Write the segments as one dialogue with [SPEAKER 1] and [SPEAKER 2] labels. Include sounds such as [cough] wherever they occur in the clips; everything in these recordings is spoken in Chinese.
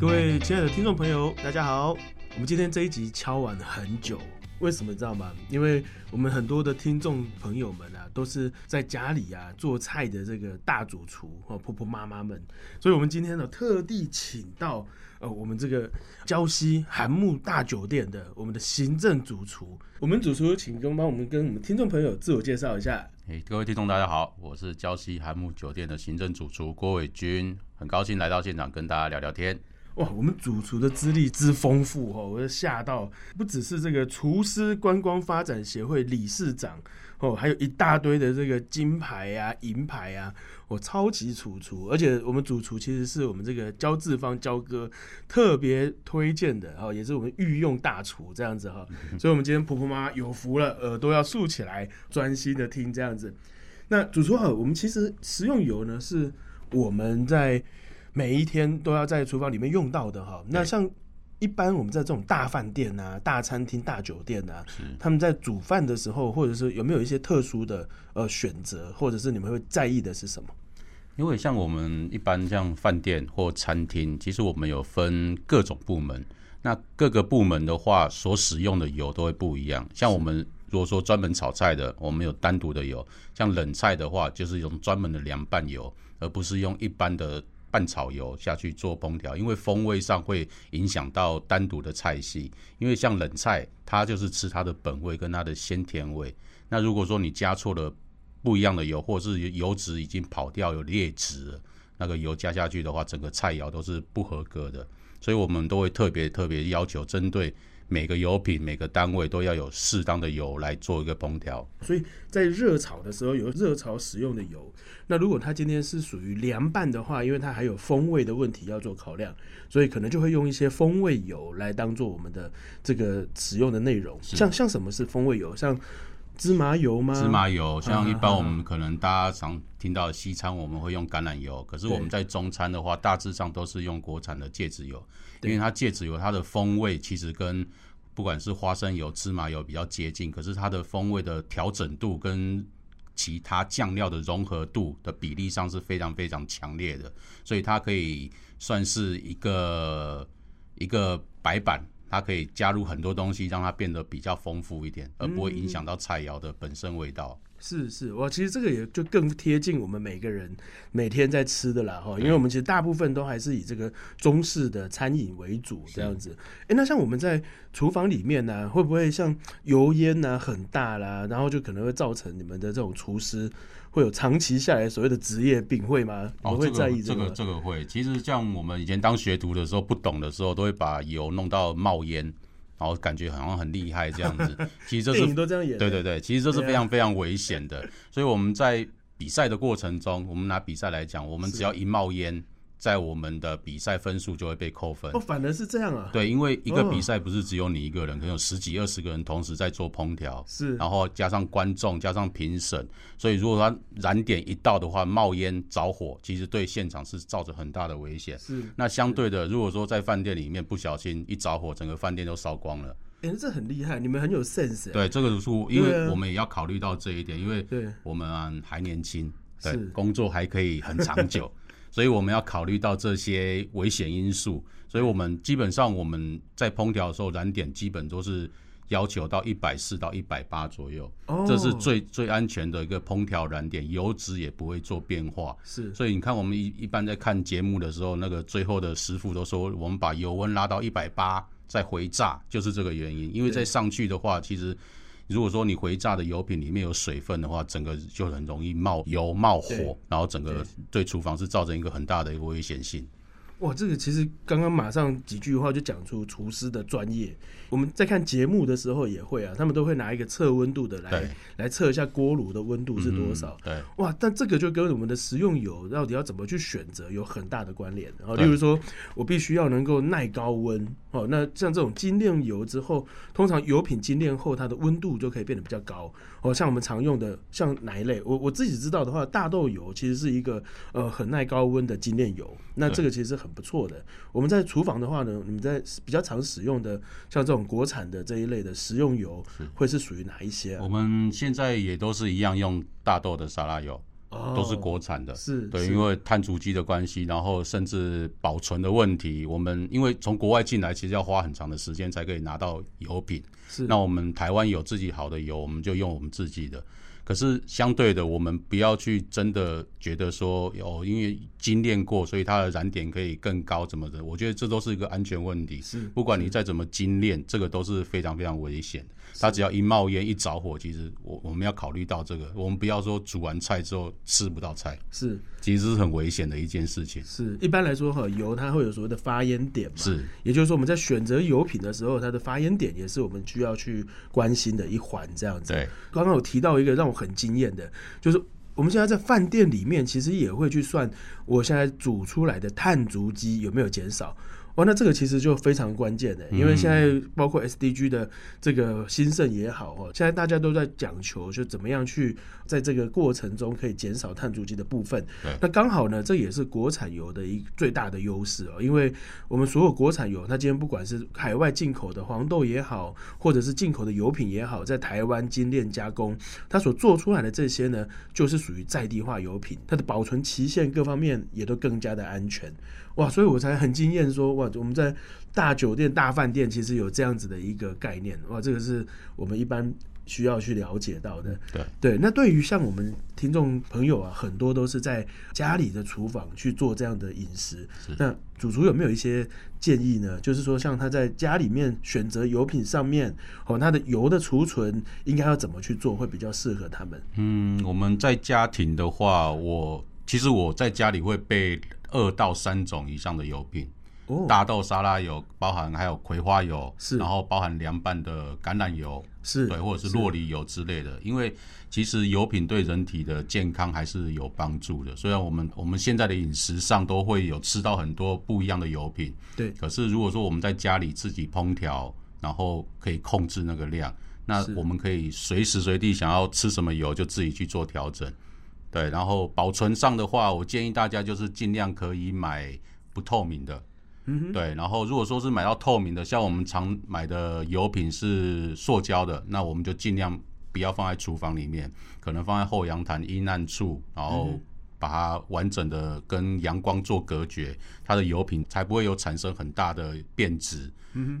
[SPEAKER 1] 各位亲爱的听众朋友，大家好！我们今天这一集敲完很久，为什么你知道吗？因为我们很多的听众朋友们啊，都是在家里啊做菜的这个大主厨哦，婆婆妈妈们，所以我们今天呢特地请到呃我们这个胶西韩木大酒店的我们的行政主厨，我们主厨请跟帮我们跟我们听众朋友自我介绍一下。
[SPEAKER 2] 诶，各位听众大家好，我是礁溪韩木酒店的行政主厨郭伟军，很高兴来到现场跟大家聊聊天。
[SPEAKER 1] 哇，我们主厨的资历之丰富哦，我就吓到，不只是这个厨师观光发展协会理事长哦，还有一大堆的这个金牌啊、银牌啊，我、超级主厨，而且我们主厨其实是我们这个焦志芳焦哥特别推荐的哦，也是我们御用大厨这样子哈、所以我们今天婆婆妈妈有福了，耳朵要竖起来，专心的听这样子。那主厨好，我们其实食用油呢是我们在每一天都要在厨房里面用到的哈。那像一般我们在这种大饭店啊、大餐厅、大酒店啊，他们在煮饭的时候，或者是有没有一些特殊的呃选择，或者是你们会在意的是什么？
[SPEAKER 2] 因为像我们一般像饭店或餐厅，其实我们有分各种部门，那各个部门的话，所使用的油都会不一样。像我们如果说专门炒菜的，我们有单独的油；像冷菜的话，就是用专门的凉拌油，而不是用一般的拌炒油下去做烹调，因为风味上会影响到单独的菜系。因为像冷菜，它就是吃它的本味跟它的鲜甜味。那如果说你加错了不一样的油，或是油脂已经跑掉有劣质了，那个油加下去的话，整个菜肴都是不合格的。所以我们都会特别特别要求，针对每个油品、每个单位都要有适当的油来做一个烹调。
[SPEAKER 1] 所以在热炒的时候有热炒使用的油，那如果它今天是属于凉拌的话，因为它还有风味的问题要做考量，所以可能就会用一些风味油来当做我们的这个使用的内容。像像什么是风味油？像芝麻油吗？
[SPEAKER 2] 芝麻油，像一般我们可能大家常听到的西餐，我们会用橄榄油，可是我们在中餐的话，大致上都是用国产的芥子油，因为它芥子油它的风味其实跟不管是花生油、芝麻油比较接近，可是它的风味的调整度跟其他酱料的融合度的比例上是非常非常强烈的，所以它可以算是一个一个白板，它可以加入很多东西，让它变得比较丰富一点，而不会影响到菜肴的本身味道。
[SPEAKER 1] 是是，我其实这个也就更贴近我们每个人每天在吃的啦哈，因为我们其实大部分都还是以这个中式的餐饮为主这样子。哎，那像我们在厨房里面呢、会不会像油烟呐、很大啦，然后就可能会造成你们的这种厨师会有长期下来所谓的职业病，会吗？你
[SPEAKER 2] 哦，
[SPEAKER 1] 们会
[SPEAKER 2] 这
[SPEAKER 1] 在
[SPEAKER 2] 个
[SPEAKER 1] 意
[SPEAKER 2] 这
[SPEAKER 1] 个
[SPEAKER 2] 个
[SPEAKER 1] 吗？
[SPEAKER 2] 这个会，其实像我们以前当学徒的时候，不懂的时候，都会把油弄到冒烟，然后感觉好像很厉害这样子。其实这是
[SPEAKER 1] 电影都这样演，
[SPEAKER 2] 对对对，其实这是
[SPEAKER 1] 对啊
[SPEAKER 2] 非常非常危险的。所以我们在比赛的过程中，我们拿比赛来讲，我们只要一冒烟，在我们的比赛分数就会被扣分
[SPEAKER 1] 哦，。反而是这样啊，
[SPEAKER 2] 对，因为一个
[SPEAKER 1] 哦
[SPEAKER 2] 比赛不是只有你一个人，可能有十几、二十个人同时在做烹调，
[SPEAKER 1] 是
[SPEAKER 2] 然后加上观众，加上评审，所以如果它燃点一到的话，冒烟着火，其实对现场是造成很大的危险。
[SPEAKER 1] 是。
[SPEAKER 2] 那相对的，如果说在饭店里面不小心一着火，整个饭店都烧光了。
[SPEAKER 1] 哎、这很厉害，你们很有 sense 欸、
[SPEAKER 2] 对，这个是我因
[SPEAKER 1] 对
[SPEAKER 2] 为
[SPEAKER 1] 啊
[SPEAKER 2] 我们也要考虑到这一点，因为
[SPEAKER 1] 对
[SPEAKER 2] 我们啊还年轻，对
[SPEAKER 1] 是，
[SPEAKER 2] 工作还可以很长
[SPEAKER 1] [laughs]
[SPEAKER 2] 久，所以我们要考虑到这些危险因素。所以我们基本上我们在烹调的时候，燃点基本都是要求到一百四到一百八左右，
[SPEAKER 1] 哦
[SPEAKER 2] 这是最最安全的一个烹调燃点，油脂也不会做变化。
[SPEAKER 1] 是
[SPEAKER 2] 所以你看，我们一一般在看节目的时候，那个最后的师傅都说，我们把油温拉到一百八再回炸，就是这个原因。因为再上去的话，其实如果说你回炸的油品里面有水分的话，整个就很容易冒油冒
[SPEAKER 1] 对
[SPEAKER 2] 火，然后整个对厨房是造成一个很大的一个危险性。
[SPEAKER 1] 哇，这个其实刚刚马上几句话就讲出厨师的专业。我们在看节目的时候也会啊，他们都会拿一个测温度的来
[SPEAKER 2] 对
[SPEAKER 1] 来测一下锅炉的温度是多少。
[SPEAKER 2] 嗯？对。
[SPEAKER 1] 哇，但这个就跟我们的食用油到底要怎么去选择有很大的关联。然后，例
[SPEAKER 2] 对
[SPEAKER 1] 如说，我必须要能够耐高温哦。那像这种精炼油之后，通常油品精炼后，它的温度就可以变得比较高哦。像我们常用的，像哪一类？我我自己知道的话，大豆油其实是一个呃很耐高温的精炼油，那这个其实是很不错的。我们在厨房的话呢，你们在比较常使用的，像这种国产的这一类的食用油，会是属于哪一些啊、
[SPEAKER 2] 我们现在也都是一样用大豆的沙拉油，
[SPEAKER 1] 哦
[SPEAKER 2] 都是国产的。
[SPEAKER 1] 是，
[SPEAKER 2] 对，
[SPEAKER 1] 是
[SPEAKER 2] 因为碳足迹的关系，然后甚至保存的问题，我们因为从国外进来，其实要花很长的时间才可以拿到油品。
[SPEAKER 1] 是
[SPEAKER 2] 那我们台湾有自己好的油，我们就用我们自己的。可是相对的，我们不要去真的觉得说哦，因为精炼过，所以它的燃点可以更高怎么的。我觉得这都是一个安全问题。
[SPEAKER 1] 是
[SPEAKER 2] 不管你再怎么精炼，这个都是非常非常危险的。它只要一冒烟、一着火，其实我我们要考虑到这个，我们不要说煮完菜之后吃不到菜，
[SPEAKER 1] 是
[SPEAKER 2] 其实是很危险的一件事情。
[SPEAKER 1] 是，一般来说哈，油它会有所谓的发烟点嘛，
[SPEAKER 2] 是，
[SPEAKER 1] 也就是说我们在选择油品的时候，它的发烟点也是我们需要去关心的一环，这样子。
[SPEAKER 2] 对，
[SPEAKER 1] 刚刚有提到一个让我很惊艳的，就是我们现在在饭店里面，其实也会去算我现在煮出来的碳足迹有没有减少。哇，那这个其实就非常关键的，因为现在包括 SDG 的这个兴盛也好哦，现在大家都在讲求就怎么样去在这个过程中可以减少碳足迹的部分
[SPEAKER 2] 对。
[SPEAKER 1] 那刚好呢，这也是国产油的一最大的优势哦，因为我们所有国产油，它今天不管是海外进口的黄豆也好，或者是进口的油品也好，在台湾精炼加工，它所做出来的这些呢，就是属于在地化油品，它的保存期限各方面也都更加的安全。哇，所以我才很惊艳说，哇，我们在大酒店、大饭店其实有这样子的一个概念，哇，这个是我们一般。需要去了解到的，
[SPEAKER 2] 对
[SPEAKER 1] 对。那对于像我们听众朋友啊，很多都是在家里的厨房去做这样的饮食，那主厨有没有一些建议呢？就是说，像他在家里面选择油品上面，哦，他的油的储存应该要怎么去做，会比较适合他们？
[SPEAKER 2] 嗯，我们在家庭的话，我其实我在家里会备二到三种以上的油品，
[SPEAKER 1] 哦，
[SPEAKER 2] 大豆沙拉油，包含还有葵花油，
[SPEAKER 1] 是
[SPEAKER 2] 然后包含凉拌的橄榄油，
[SPEAKER 1] 是，
[SPEAKER 2] 对，或者是洛梨油之类的。因为其实油品对人体的健康还是有帮助的。虽然我们我们现在的饮食上都会有吃到很多不一样的油品，
[SPEAKER 1] 对，
[SPEAKER 2] 可是如果说我们在家里自己烹调，然后可以控制那个量，那
[SPEAKER 1] 是
[SPEAKER 2] 我们可以随时随地想要吃什么油就自己去做调整。对，然后保存上的话，我建议大家就是尽量可以买不透明的。嗯、对，然后如果说是买到透明的，像我们常买的油品是塑胶的，那我们就尽量不要放在厨房里面，可能放在后阳台阴暗处，然后把它完整的跟阳光做隔绝，它的油品才不会有产生很大的变质。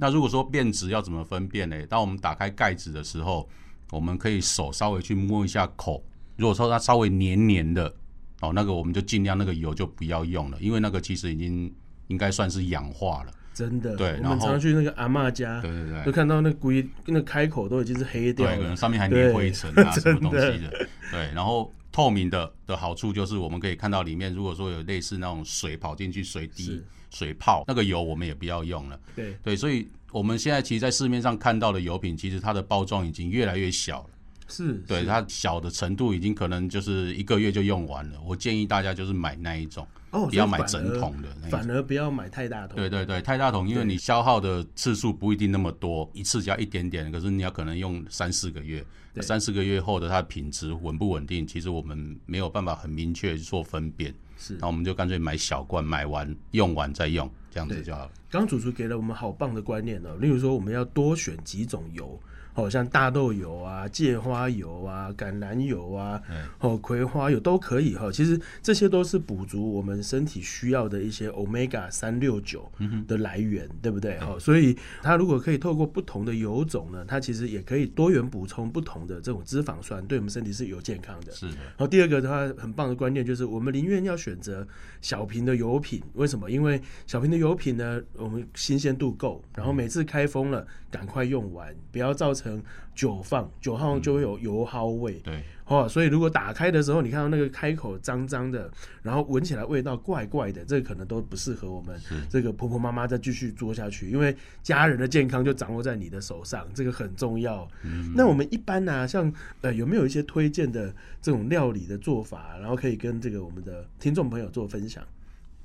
[SPEAKER 2] 那如果说变质要怎么分辨呢？当我们打开盖子的时候，我们可以手稍微去摸一下口，如果说它稍微黏黏的，哦，那个我们就尽量那个油就不要用了，因为那个其实已经应该算是氧化了。
[SPEAKER 1] 真的，
[SPEAKER 2] 对
[SPEAKER 1] 我
[SPEAKER 2] 然
[SPEAKER 1] 们
[SPEAKER 2] 后
[SPEAKER 1] 常去那个阿嬷家，
[SPEAKER 2] 对对
[SPEAKER 1] 就
[SPEAKER 2] 对。
[SPEAKER 1] 看到那龟那开口都已经是黑掉
[SPEAKER 2] 对，可
[SPEAKER 1] 了，
[SPEAKER 2] 能上面还粘灰尘啊，
[SPEAKER 1] 对
[SPEAKER 2] 什么东西
[SPEAKER 1] 真
[SPEAKER 2] 的。对，然后透明的的好处就是我们可以看到里面，如果说有类似那种水跑进去、水滴
[SPEAKER 1] 是、
[SPEAKER 2] 水泡，那个油我们也不要用了。
[SPEAKER 1] 对，
[SPEAKER 2] 对，所以我们现在其实，在市面上看到的油品，其实它的包装已经越来越小了。
[SPEAKER 1] 是，
[SPEAKER 2] 对，
[SPEAKER 1] 是，
[SPEAKER 2] 它小的程度已经可能就是一个月就用完了。我建议大家就是买那一种，
[SPEAKER 1] 哦，
[SPEAKER 2] 不要
[SPEAKER 1] 所以
[SPEAKER 2] 买
[SPEAKER 1] 反
[SPEAKER 2] 整
[SPEAKER 1] 而，
[SPEAKER 2] 桶的那一种。
[SPEAKER 1] 反而不要买太大桶，
[SPEAKER 2] 对对对，太大桶，因为
[SPEAKER 1] 对
[SPEAKER 2] 你消耗的次数不一定那么多，一次只要一点点，可是你要可能用三四个月，
[SPEAKER 1] 对
[SPEAKER 2] 三四个月后的它的品质稳不稳定，其实我们没有办法很明确做分辨，
[SPEAKER 1] 是
[SPEAKER 2] 那。我们就干脆买小罐，买完用完再用，这样子
[SPEAKER 1] 对
[SPEAKER 2] 就好了。
[SPEAKER 1] 刚主厨给了我们好棒的观念哦，例如说我们要多选几种油，哦，像大豆油啊、芥花油啊、橄榄油啊、哦葵花油都可以哈、哦。其实这些都是补足我们身体需要的一些 omega 三六九的来源，对不对？哦，所以它如果可以透过不同的油种呢，它其实也可以多元补充不同的这种脂肪酸，对我们身体是有健康的。
[SPEAKER 2] 是的，
[SPEAKER 1] 然后第二个的话，很棒的观念就是，我们宁愿要选择小瓶的油品，为什么？因为小瓶的油品呢，我们新鲜度够，然后每次开封了，赶快用完，不要造成久放，久放就会有油耗味。
[SPEAKER 2] 对，
[SPEAKER 1] 哦，所以如果打开的时候，你看到那个开口脏脏的，然后闻起来味道怪怪的，这个可能都不适合我们这个婆婆妈妈再继续做下去，因为家人的健康就掌握在你的手上，这个很重要。
[SPEAKER 2] 嗯
[SPEAKER 1] 那我们一般呢、像呃有没有一些推荐的这种料理的做法，然后可以跟这个我们的听众朋友做分享？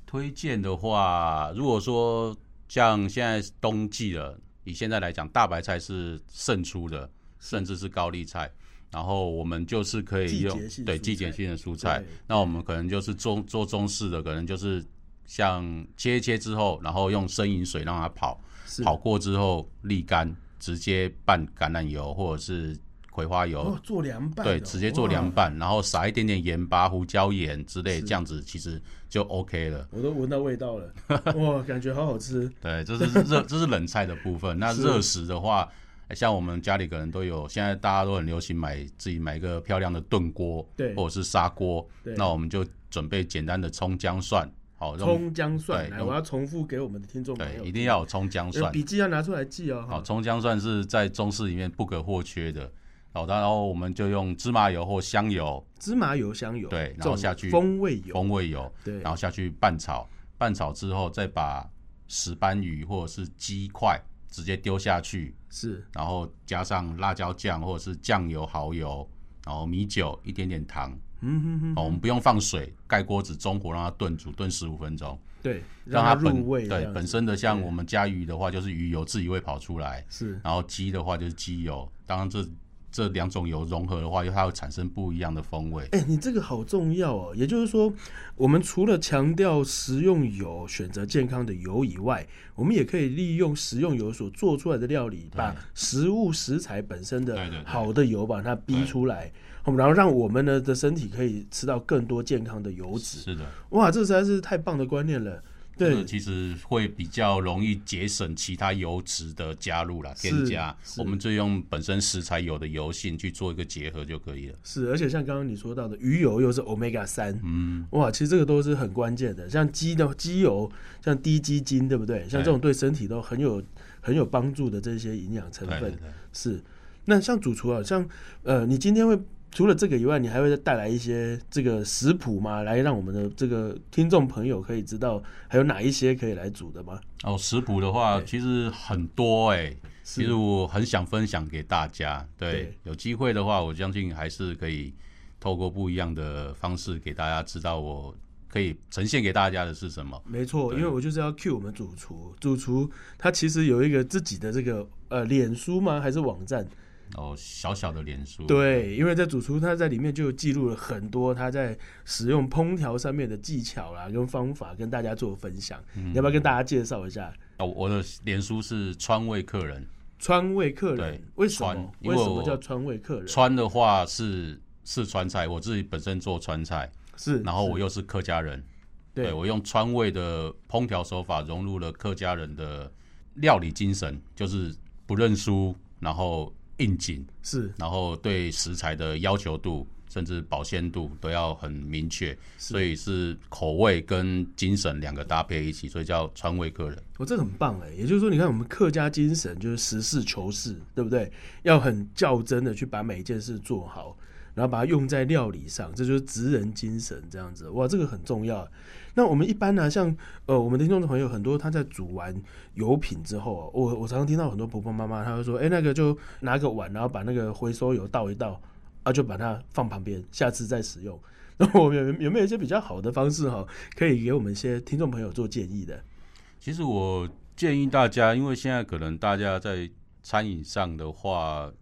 [SPEAKER 2] 推荐的话，如果说像现在冬季了，以现在来讲，大白菜是胜出的，甚至是高丽菜。然后我们就是可以用
[SPEAKER 1] 季节性
[SPEAKER 2] 对
[SPEAKER 1] 蔬菜
[SPEAKER 2] 季节性的蔬菜
[SPEAKER 1] 对，
[SPEAKER 2] 那我们可能就是中做中式的，可能就是像切一切之后，然后用生饮水让它跑，
[SPEAKER 1] 是
[SPEAKER 2] 跑过之后沥干，直接拌橄榄油或者是葵花油，
[SPEAKER 1] 哦，做凉拌的哦，
[SPEAKER 2] 对，直接做凉
[SPEAKER 1] 哇。
[SPEAKER 2] 拌，然后撒一点点盐巴、胡椒盐之类，
[SPEAKER 1] 是
[SPEAKER 2] 这样子其实就 OK 了。
[SPEAKER 1] 我都闻到味
[SPEAKER 2] [laughs]
[SPEAKER 1] 道了，哇，感觉好好吃。
[SPEAKER 2] 对，这是热，这是冷菜的
[SPEAKER 1] [laughs]
[SPEAKER 2] 部分。那
[SPEAKER 1] 是
[SPEAKER 2] 热食的话，哎像我们家里可能都有，现在大家都很流行买自己买一个漂亮的炖锅，
[SPEAKER 1] 对
[SPEAKER 2] 或者是砂锅
[SPEAKER 1] 对。
[SPEAKER 2] 哦那我们就准备简单的葱姜蒜，好，用
[SPEAKER 1] 葱姜蒜，
[SPEAKER 2] 对
[SPEAKER 1] 来，
[SPEAKER 2] 用
[SPEAKER 1] 我要重复给我们的听众朋
[SPEAKER 2] 对
[SPEAKER 1] 友，，
[SPEAKER 2] 一定要有葱姜
[SPEAKER 1] 呃
[SPEAKER 2] 蒜。
[SPEAKER 1] 笔记要拿出来记哦。
[SPEAKER 2] 好，
[SPEAKER 1] 哈，
[SPEAKER 2] 葱姜蒜是在中式里面不可或缺的。好，然后我们就用芝麻油或香油、
[SPEAKER 1] 芝麻油、香油，
[SPEAKER 2] 对然后
[SPEAKER 1] 这种
[SPEAKER 2] 下去
[SPEAKER 1] 风味油，
[SPEAKER 2] 风味油，
[SPEAKER 1] 对
[SPEAKER 2] 然，后下去拌炒，拌炒之后再把石斑鱼或者是鸡块直接丢下去，
[SPEAKER 1] 是
[SPEAKER 2] 然后加上辣椒酱或者是酱油、蚝油，然后米酒一点点糖。
[SPEAKER 1] 嗯哼哼，
[SPEAKER 2] 哦，我们不用放水，盖锅子中火让它炖煮，炖十五分钟，
[SPEAKER 1] 对，
[SPEAKER 2] 让
[SPEAKER 1] 它
[SPEAKER 2] 本
[SPEAKER 1] 入味这样
[SPEAKER 2] 对
[SPEAKER 1] 子，
[SPEAKER 2] 本身的像
[SPEAKER 1] 对
[SPEAKER 2] 我们加鱼的话，就是鱼油自己会跑出来，
[SPEAKER 1] 是
[SPEAKER 2] 然后鸡的话就是鸡油，当然这这两种油融合的话，它会产生不一样的风味。
[SPEAKER 1] 哎、你这个好重要哦。也就是说，我们除了强调食用油、选择健康的油以外，我们也可以利用食用油所做出来的料理，把食物食材本身的
[SPEAKER 2] 对对对
[SPEAKER 1] 好的油把它逼出来，好然后让我们呢的身体可以吃到更多健康的油脂。
[SPEAKER 2] 是的，
[SPEAKER 1] 哇，这实在是太棒的观念了。
[SPEAKER 2] 这个
[SPEAKER 1] 对，
[SPEAKER 2] 其实会比较容易节省其他油脂的加入啦，
[SPEAKER 1] 是
[SPEAKER 2] 添加。
[SPEAKER 1] 是
[SPEAKER 2] 我们就用本身食材有的油性去做一个结合就可以了。
[SPEAKER 1] 是，而且像刚刚你说到的，鱼油又是 omega 三，
[SPEAKER 2] 嗯，
[SPEAKER 1] 哇，其实这个都是很关键的，像鸡的鸡油，像低鸡精，对不对？像这种对身体都很有很有帮助的这些营养成
[SPEAKER 2] 对对
[SPEAKER 1] 分
[SPEAKER 2] 对。
[SPEAKER 1] 是。那像主厨啊，像呃，你今天会除了这个以外，你还会再带来一些这个食谱吗？来让我们的这个听众朋友可以知道还有哪一些可以来煮的吗？
[SPEAKER 2] 哦，食谱的话
[SPEAKER 1] 对
[SPEAKER 2] 其实很多哎、
[SPEAKER 1] 是
[SPEAKER 2] 其实我很想分享给大家。对，
[SPEAKER 1] 对
[SPEAKER 2] 有机会的话，我相信还是可以透过不一样的方式给大家知道我可以呈现给大家的是什么。
[SPEAKER 1] 没错，
[SPEAKER 2] 对
[SPEAKER 1] 因为我就是要 cue 我们主厨，主厨他其实有一个自己的这个呃脸书吗？还是网站？
[SPEAKER 2] 哦，小小的脸书，
[SPEAKER 1] 对，因为在主厨他在里面就记录了很多他在使用烹调上面的技巧啦，跟方法跟大家做分享。
[SPEAKER 2] 嗯
[SPEAKER 1] 你要不要跟大家介绍一下
[SPEAKER 2] 哦，我的脸书是川味客人。
[SPEAKER 1] 川味客人
[SPEAKER 2] 对？
[SPEAKER 1] 为什
[SPEAKER 2] 川
[SPEAKER 1] 么？
[SPEAKER 2] 因为
[SPEAKER 1] 为什么
[SPEAKER 2] 我
[SPEAKER 1] 叫川味客人？
[SPEAKER 2] 川的话是是川菜，我自己本身做川菜，
[SPEAKER 1] 是，
[SPEAKER 2] 然后我
[SPEAKER 1] 又
[SPEAKER 2] 又是客家人，
[SPEAKER 1] 对
[SPEAKER 2] 我用川味的烹调手法融入了客家人的料理精神，就是不认输，然后应景，
[SPEAKER 1] 是
[SPEAKER 2] 然后对食材的要求度甚至保鲜度都要很明确，所以是口味跟精神两个搭配一起，所以叫川味客人。
[SPEAKER 1] 我、这很棒哎，也就是说，你看我们客家精神就是实事求是，对不对？要很较真的去把每一件事做好，然后把它用在料理上，这就是职人精神这样子。哇，这个很重要。啊那我们一般呢、像呃，我们听众的朋友很多，他在煮完油品之后啊，我我常常听到很多婆婆妈妈，她会说，哎、那个就拿个碗，然后把那个回收油倒一倒，啊，就把它放旁边，下次再使用。 [laughs] 那我们有有没有一些比较好的方式哈，可以给我们一些听众朋友做建议的？
[SPEAKER 2] 其实我建议大家，因为现在可能大家在餐饮上的话，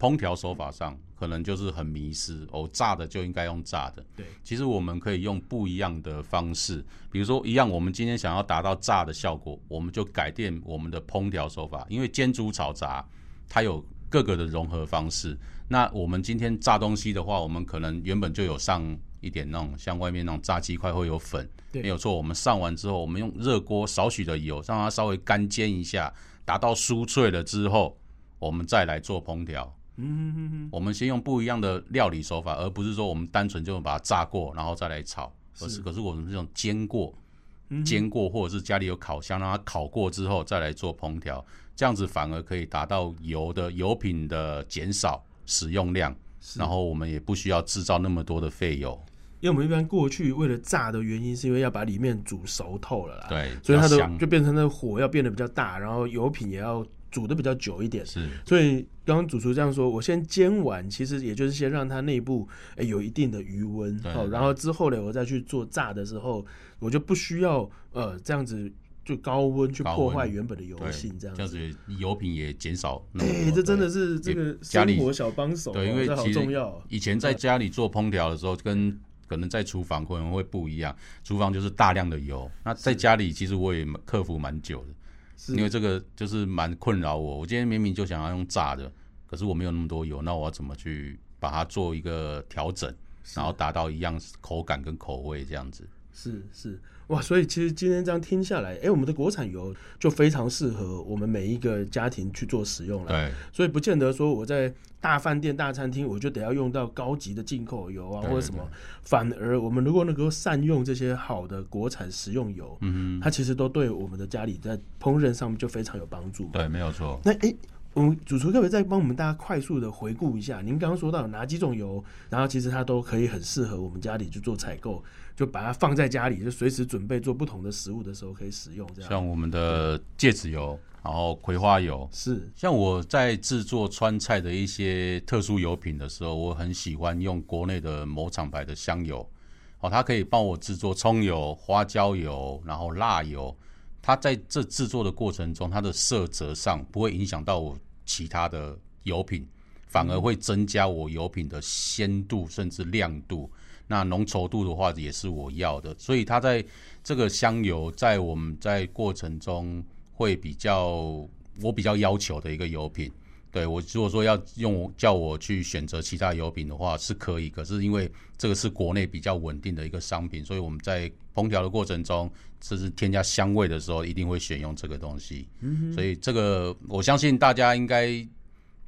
[SPEAKER 2] 烹调手法上可能就是很迷失哦，炸的就应该用炸的。
[SPEAKER 1] 对，
[SPEAKER 2] 其实我们可以用不一样的方式，比如说一样，我们今天想要达到炸的效果，我们就改变我们的烹调手法，因为煎、煮、炒、炸，它有各个的融合方式。那我们今天炸东西的话，我们可能原本就有上一点那种像外面那种炸鸡块会有粉，
[SPEAKER 1] 对
[SPEAKER 2] 没有错。我们上完之后，我们用热锅少许的油，让它稍微干煎一下，达到酥脆了之后，我们再来做烹调。
[SPEAKER 1] 嗯哼哼哼。
[SPEAKER 2] 我们先用不一样的料理手法，而不是说我们单纯就把它炸过然后再来炒，而是可是我们这种煎过、
[SPEAKER 1] 嗯
[SPEAKER 2] 煎过或者是家里有烤箱让它烤过之后再来做烹调，这样子反而可以达到油的油品的减少使用量，然后我们也不需要制造那么多的废油。
[SPEAKER 1] 因为我们一般过去为了炸的原因，是因为要把里面煮熟透了啦，，
[SPEAKER 2] 对，
[SPEAKER 1] 啊所以它
[SPEAKER 2] 比较
[SPEAKER 1] 的
[SPEAKER 2] 香
[SPEAKER 1] 就变成那火要变得比较大，然后油品也要煮的比较久一点。
[SPEAKER 2] 是
[SPEAKER 1] 所以刚刚主厨这样说，我先煎完，其实也就是先让它内部诶有一定的余温，
[SPEAKER 2] 对
[SPEAKER 1] 好，
[SPEAKER 2] 对
[SPEAKER 1] 然后之后呢，我再去做炸的时候，我就不需要呃这样子就高温去
[SPEAKER 2] 高
[SPEAKER 1] 破
[SPEAKER 2] 温
[SPEAKER 1] 坏原本的油
[SPEAKER 2] 对
[SPEAKER 1] 性，这样
[SPEAKER 2] 这样
[SPEAKER 1] 子。
[SPEAKER 2] 子油品也减少那么多。
[SPEAKER 1] 哎，这真的
[SPEAKER 2] 对
[SPEAKER 1] 是这个
[SPEAKER 2] 家里
[SPEAKER 1] 生活小帮手哦，
[SPEAKER 2] 对因为
[SPEAKER 1] 这好
[SPEAKER 2] 其实
[SPEAKER 1] 重要哦。
[SPEAKER 2] 以前在家里做烹调的时候，跟可能在厨房可能会不一样，厨房就是大量的油。那在家里其实我也克服蛮久的，
[SPEAKER 1] 是
[SPEAKER 2] 因为这个就是蛮困扰我。我今天明明就想要用炸的，可是我没有那么多油，那我要怎么去把它做一个调整，然后达到一样口感跟口味这样子？
[SPEAKER 1] 是是哇，所以其实今天这样听下来，哎、我们的国产油就非常适合我们每一个家庭去做使用了。
[SPEAKER 2] 对，
[SPEAKER 1] 所以不见得说我在大饭店、大餐厅，我就得要用到高级的进口油啊，
[SPEAKER 2] 对
[SPEAKER 1] 或者什么。反而我们如果能够善用这些好的国产食用油，
[SPEAKER 2] 嗯
[SPEAKER 1] 它其实都对我们的家里在烹饪上面就非常有帮助
[SPEAKER 2] 哼，
[SPEAKER 1] 嘛。
[SPEAKER 2] 对，没有错。
[SPEAKER 1] 那哎、我们主厨可不可以再帮我们大家快速的回顾一下？您刚刚说到有哪几种油，然后其实它都可以很适合我们家里去做采购，就把它放在家里，就随时准备做不同的食物的时候可以使用，这样
[SPEAKER 2] 像我们的芥子油，然后葵花油，
[SPEAKER 1] 是
[SPEAKER 2] 像我在制作川菜的一些特殊油品的时候，我很喜欢用国内的某厂牌的香油，哦，它可以帮我制作葱油、花椒油，然后辣油。它在这制作的过程中，它的色泽上不会影响到我其他的油品，反而会增加我油品的鲜度甚至亮度。那浓稠度的话也是我要的，所以它在这个香油在我们在过程中会比较我比较要求的一个油品。对我如果说要用叫我去选择其他油品的话是可以，可是因为这个是国内比较稳定的一个商品，所以我们在烹调的过程中，甚至添加香味的时候，一定会选用这个东西。
[SPEAKER 1] 嗯
[SPEAKER 2] 所以这个我相信大家应该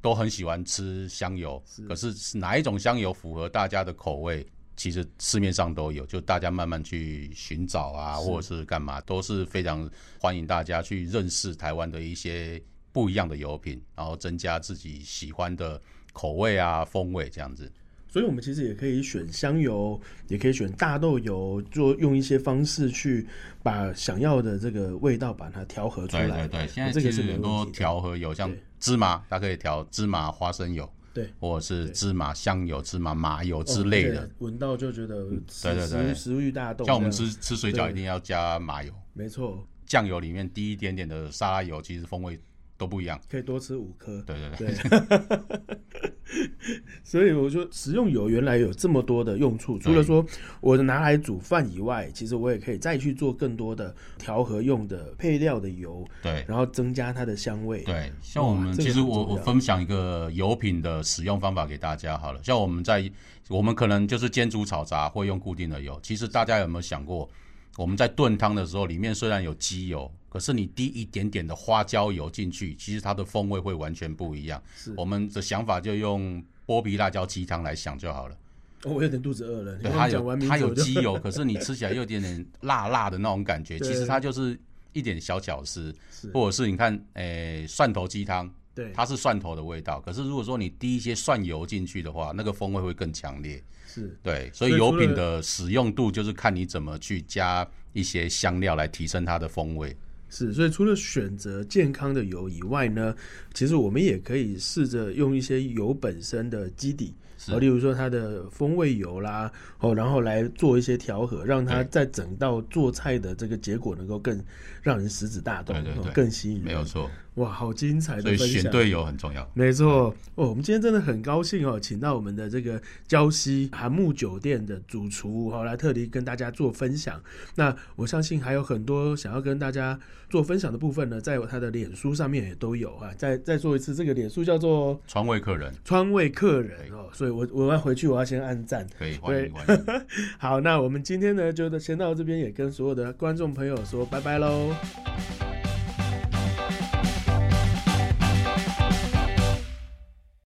[SPEAKER 2] 都很喜欢吃香油，可是是哪一种香油符合大家的口味？其实市面上都有，就大家慢慢去寻找啊，
[SPEAKER 1] 是
[SPEAKER 2] 或者是干嘛，都是非常欢迎大家去认识台湾的一些不一样的油品，然后增加自己喜欢的口味啊、风味这样子。
[SPEAKER 1] 所以我们其实也可以选香油，也可以选大豆油，做用一些方式去把想要的这个味道把它调和出来。
[SPEAKER 2] 对，现
[SPEAKER 1] 在这个是其实没很多问题的哦
[SPEAKER 2] 调和油，像
[SPEAKER 1] 对
[SPEAKER 2] 芝麻，它可以调芝麻花生油，
[SPEAKER 1] 对，
[SPEAKER 2] 或者是
[SPEAKER 1] 对
[SPEAKER 2] 芝麻香油、芝麻麻油
[SPEAKER 1] 哦
[SPEAKER 2] 之类的。嗯
[SPEAKER 1] 对闻到就觉得食
[SPEAKER 2] 对对
[SPEAKER 1] 食
[SPEAKER 2] 对
[SPEAKER 1] 食欲大动这样。
[SPEAKER 2] 像我们吃吃水饺
[SPEAKER 1] 对
[SPEAKER 2] 一定要加麻油，
[SPEAKER 1] 没错，
[SPEAKER 2] 酱油里面滴一点点的沙拉油，其实风味都不一样。
[SPEAKER 1] 可以多吃五颗。
[SPEAKER 2] 对对对，
[SPEAKER 1] 对， [laughs] 所以我就食用油原来有这么多的用处，除了说我拿来煮饭以外，其实我也可以再去做更多的调和用的配料的油，
[SPEAKER 2] 对
[SPEAKER 1] 然后增加它的香味。
[SPEAKER 2] 对，像我们
[SPEAKER 1] 这个
[SPEAKER 2] 其实
[SPEAKER 1] 很
[SPEAKER 2] 我
[SPEAKER 1] 重
[SPEAKER 2] 我
[SPEAKER 1] 要
[SPEAKER 2] 分享一个油品的使用方法给大家好了。像我们在我们可能就是煎煮炒炸会用固定的油，其实大家有没有想过，我们在炖汤的时候，里面虽然有鸡油，可是你滴一点点的花椒油进去，其实它的风味会完全不一样。
[SPEAKER 1] 是
[SPEAKER 2] 我们的想法就用剥皮辣椒鸡汤来想就好了。
[SPEAKER 1] 哦，我有点肚子饿了。你刚
[SPEAKER 2] 对，
[SPEAKER 1] 刚
[SPEAKER 2] 它
[SPEAKER 1] 讲
[SPEAKER 2] 有
[SPEAKER 1] 完名
[SPEAKER 2] 它
[SPEAKER 1] 字
[SPEAKER 2] 有
[SPEAKER 1] 我就
[SPEAKER 2] 鸡油，可是你吃起来又有
[SPEAKER 1] [laughs]
[SPEAKER 2] 点点辣辣的那种感觉。
[SPEAKER 1] 对
[SPEAKER 2] 其实它就是一点小巧思，
[SPEAKER 1] 是
[SPEAKER 2] 或者是你看，诶、蒜头鸡汤，
[SPEAKER 1] [laughs] 对，
[SPEAKER 2] 它是蒜头的味道，可是如果说你滴一些蒜油进去的话，那个风味会更强烈。
[SPEAKER 1] 是
[SPEAKER 2] 对，所
[SPEAKER 1] 所
[SPEAKER 2] 以
[SPEAKER 1] 以
[SPEAKER 2] 油
[SPEAKER 1] 除
[SPEAKER 2] 饼
[SPEAKER 1] 了
[SPEAKER 2] 的使用度就是看你怎么去加一些香料来提升它的风味。
[SPEAKER 1] 是，所以除了选择健康的油以外呢，其实我们也可以试着用一些油本身的基底，
[SPEAKER 2] 是
[SPEAKER 1] 哦，例如说它的风味油啦，哦，然后来做一些调和，让它
[SPEAKER 2] 对
[SPEAKER 1] 在整道做菜的这个结果能够更让人食指大动，
[SPEAKER 2] 对对
[SPEAKER 1] 哦
[SPEAKER 2] 对
[SPEAKER 1] 更吸引人。
[SPEAKER 2] 没有错，
[SPEAKER 1] 哇，好精彩
[SPEAKER 2] 所
[SPEAKER 1] 的
[SPEAKER 2] 以
[SPEAKER 1] 嗯分
[SPEAKER 2] 选
[SPEAKER 1] 享。啊
[SPEAKER 2] 对油很重要。
[SPEAKER 1] 没错，哦，我们今天真的很高兴哦，请到我们的这个礁溪韩木酒店的主厨哦，来特地跟大家做分享。那我相信还有很多想要跟大家做分享的部分呢，在他的脸书上面也都有啊。再再说一次，这个脸书叫做
[SPEAKER 2] 川味客人
[SPEAKER 1] 川味客人哦，所以我我要回去，我要先按赞。
[SPEAKER 2] 可以欢
[SPEAKER 1] 对
[SPEAKER 2] 迎欢迎，
[SPEAKER 1] 好，那我们今天呢就先到这边，也跟所有的观众朋友说拜拜喽。